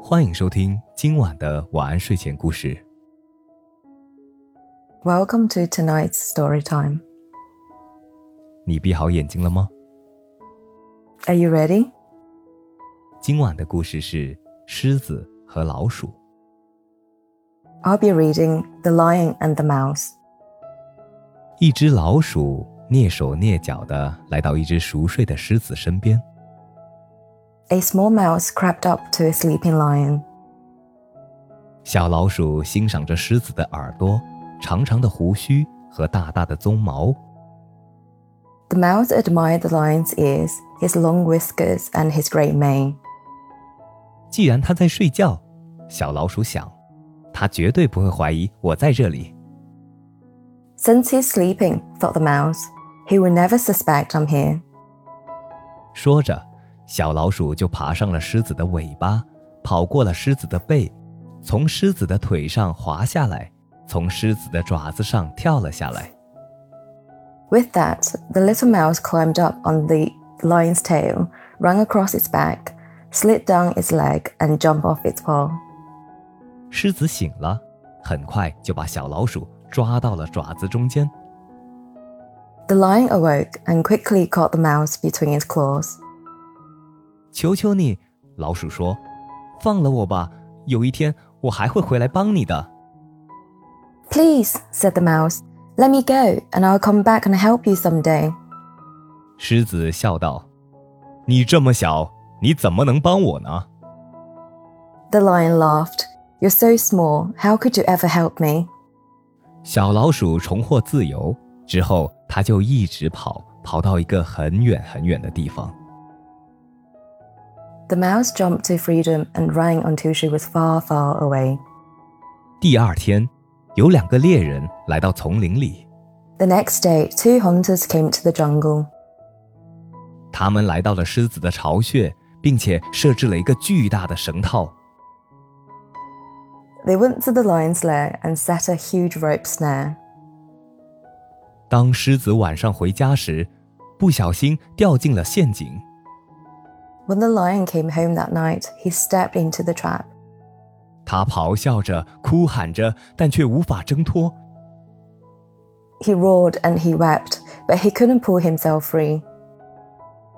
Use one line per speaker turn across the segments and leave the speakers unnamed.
欢迎收听今晚的晚安睡前故事。
Welcome to tonight's story time.
你闭好眼睛了吗？
Are you ready?
今晚的故事是狮子和老鼠。
I'll be reading The Lion and the Mouse.
一只老鼠蹑手蹑脚地来到一只熟睡的狮子身边，
A small mouse crept up to a sleeping lion.
小老鼠欣赏着狮子的耳朵、长长的胡须和大大的鬃毛。
The mouse admired the lion's ears, his long whiskers, and his great mane.
既然它在睡觉，小老鼠想，它绝对不会怀疑我在这里。
Since he's sleeping, thought the mouse, he will never suspect I'm here.
说着，小老鼠就爬上了狮子的尾巴，跑过了狮子的背，从狮子的腿上滑下来，从狮子的爪子上跳了下来。
With that, the little mouse climbed up on the lion's tail, ran across its back, slid down its leg, and jumped off its paw.
狮子醒了，很快就把小老鼠抓到了爪子中间。
The lion awoke and quickly caught the mouse between its claws.
求求你，老鼠说：“放了我吧，有一天我还会回来帮你的。
Please, said the mouse, let me go and I'll come back and help you someday. ”
狮子笑道：“你这么小，你怎么能帮我呢？
The lion laughed. You're so small, how could you ever help me?
小老鼠重获自由之后，它就一直跑，跑到一个很远很远的地方。
The mouse jumped to freedom and ran until she was far, far away.
第二天，有两个猎人来到丛林里，
The next day, two hunters came to the jungle.
他们来到了狮子的巢穴，并且设置了一个巨大的绳套。
They went to the lion's lair and set a huge rope snare.
当狮子晚上回家时，不小心掉进了陷阱。
When the lion came home that night, he stepped into the trap.
它咆哮着，哭喊着，但却无法挣脱。
He roared and he wept, but he couldn't pull himself free.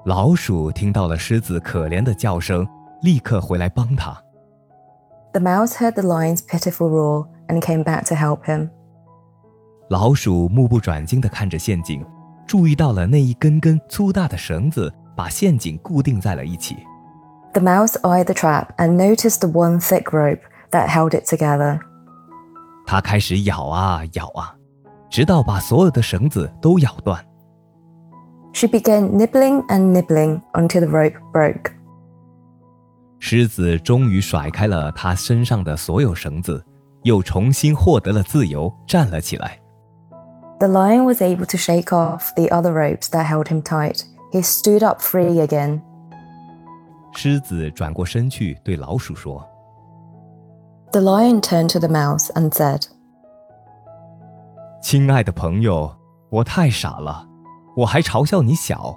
老鼠听到了狮子可怜的叫声，立刻回来帮它。
The mouse heard the lion's pitiful roar and came back to help him.
老鼠目不转睛地看着陷阱，注意到了那一根根粗大的绳子把陷阱固定在了一起。
The mouse eyed the trap and noticed the one thick rope that held it together.
它开始咬啊咬啊，直到把所有的绳子都咬断。
She began nibbling and nibbling until the rope broke.
狮子终于甩开了它身上的所有绳子，又重新获得了自由，站了起来。
The lion was able to shake off the other ropes that held him tight. He stood up free again.
狮子转过身去对老鼠说
The lion turned to the mouse and said,：“
亲爱的朋友，我太傻了，我还嘲笑你小，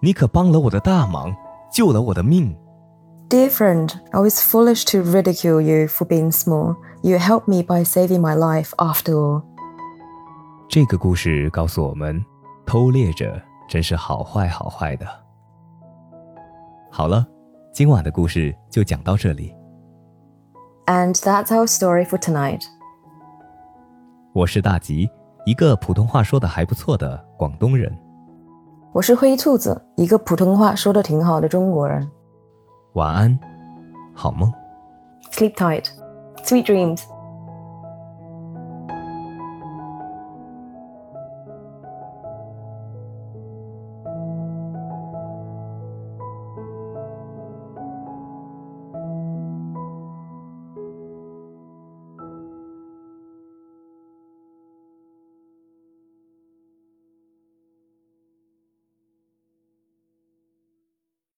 你可帮了我的大忙，救了我的命。
Dear friend, I was foolish to ridicule you for being small. You helped me by saving my life after all. ”
这个故事告诉我们，偷猎者真是好坏好坏的。好了，今晚的故事就讲到这里，
And that's our story for tonight.
我是大吉，一个普通话说的还不错的广东人。
我是灰兔子，一个普通话说的挺好的中国人。
晚安，好梦。
Sleep tight, sweet dreams.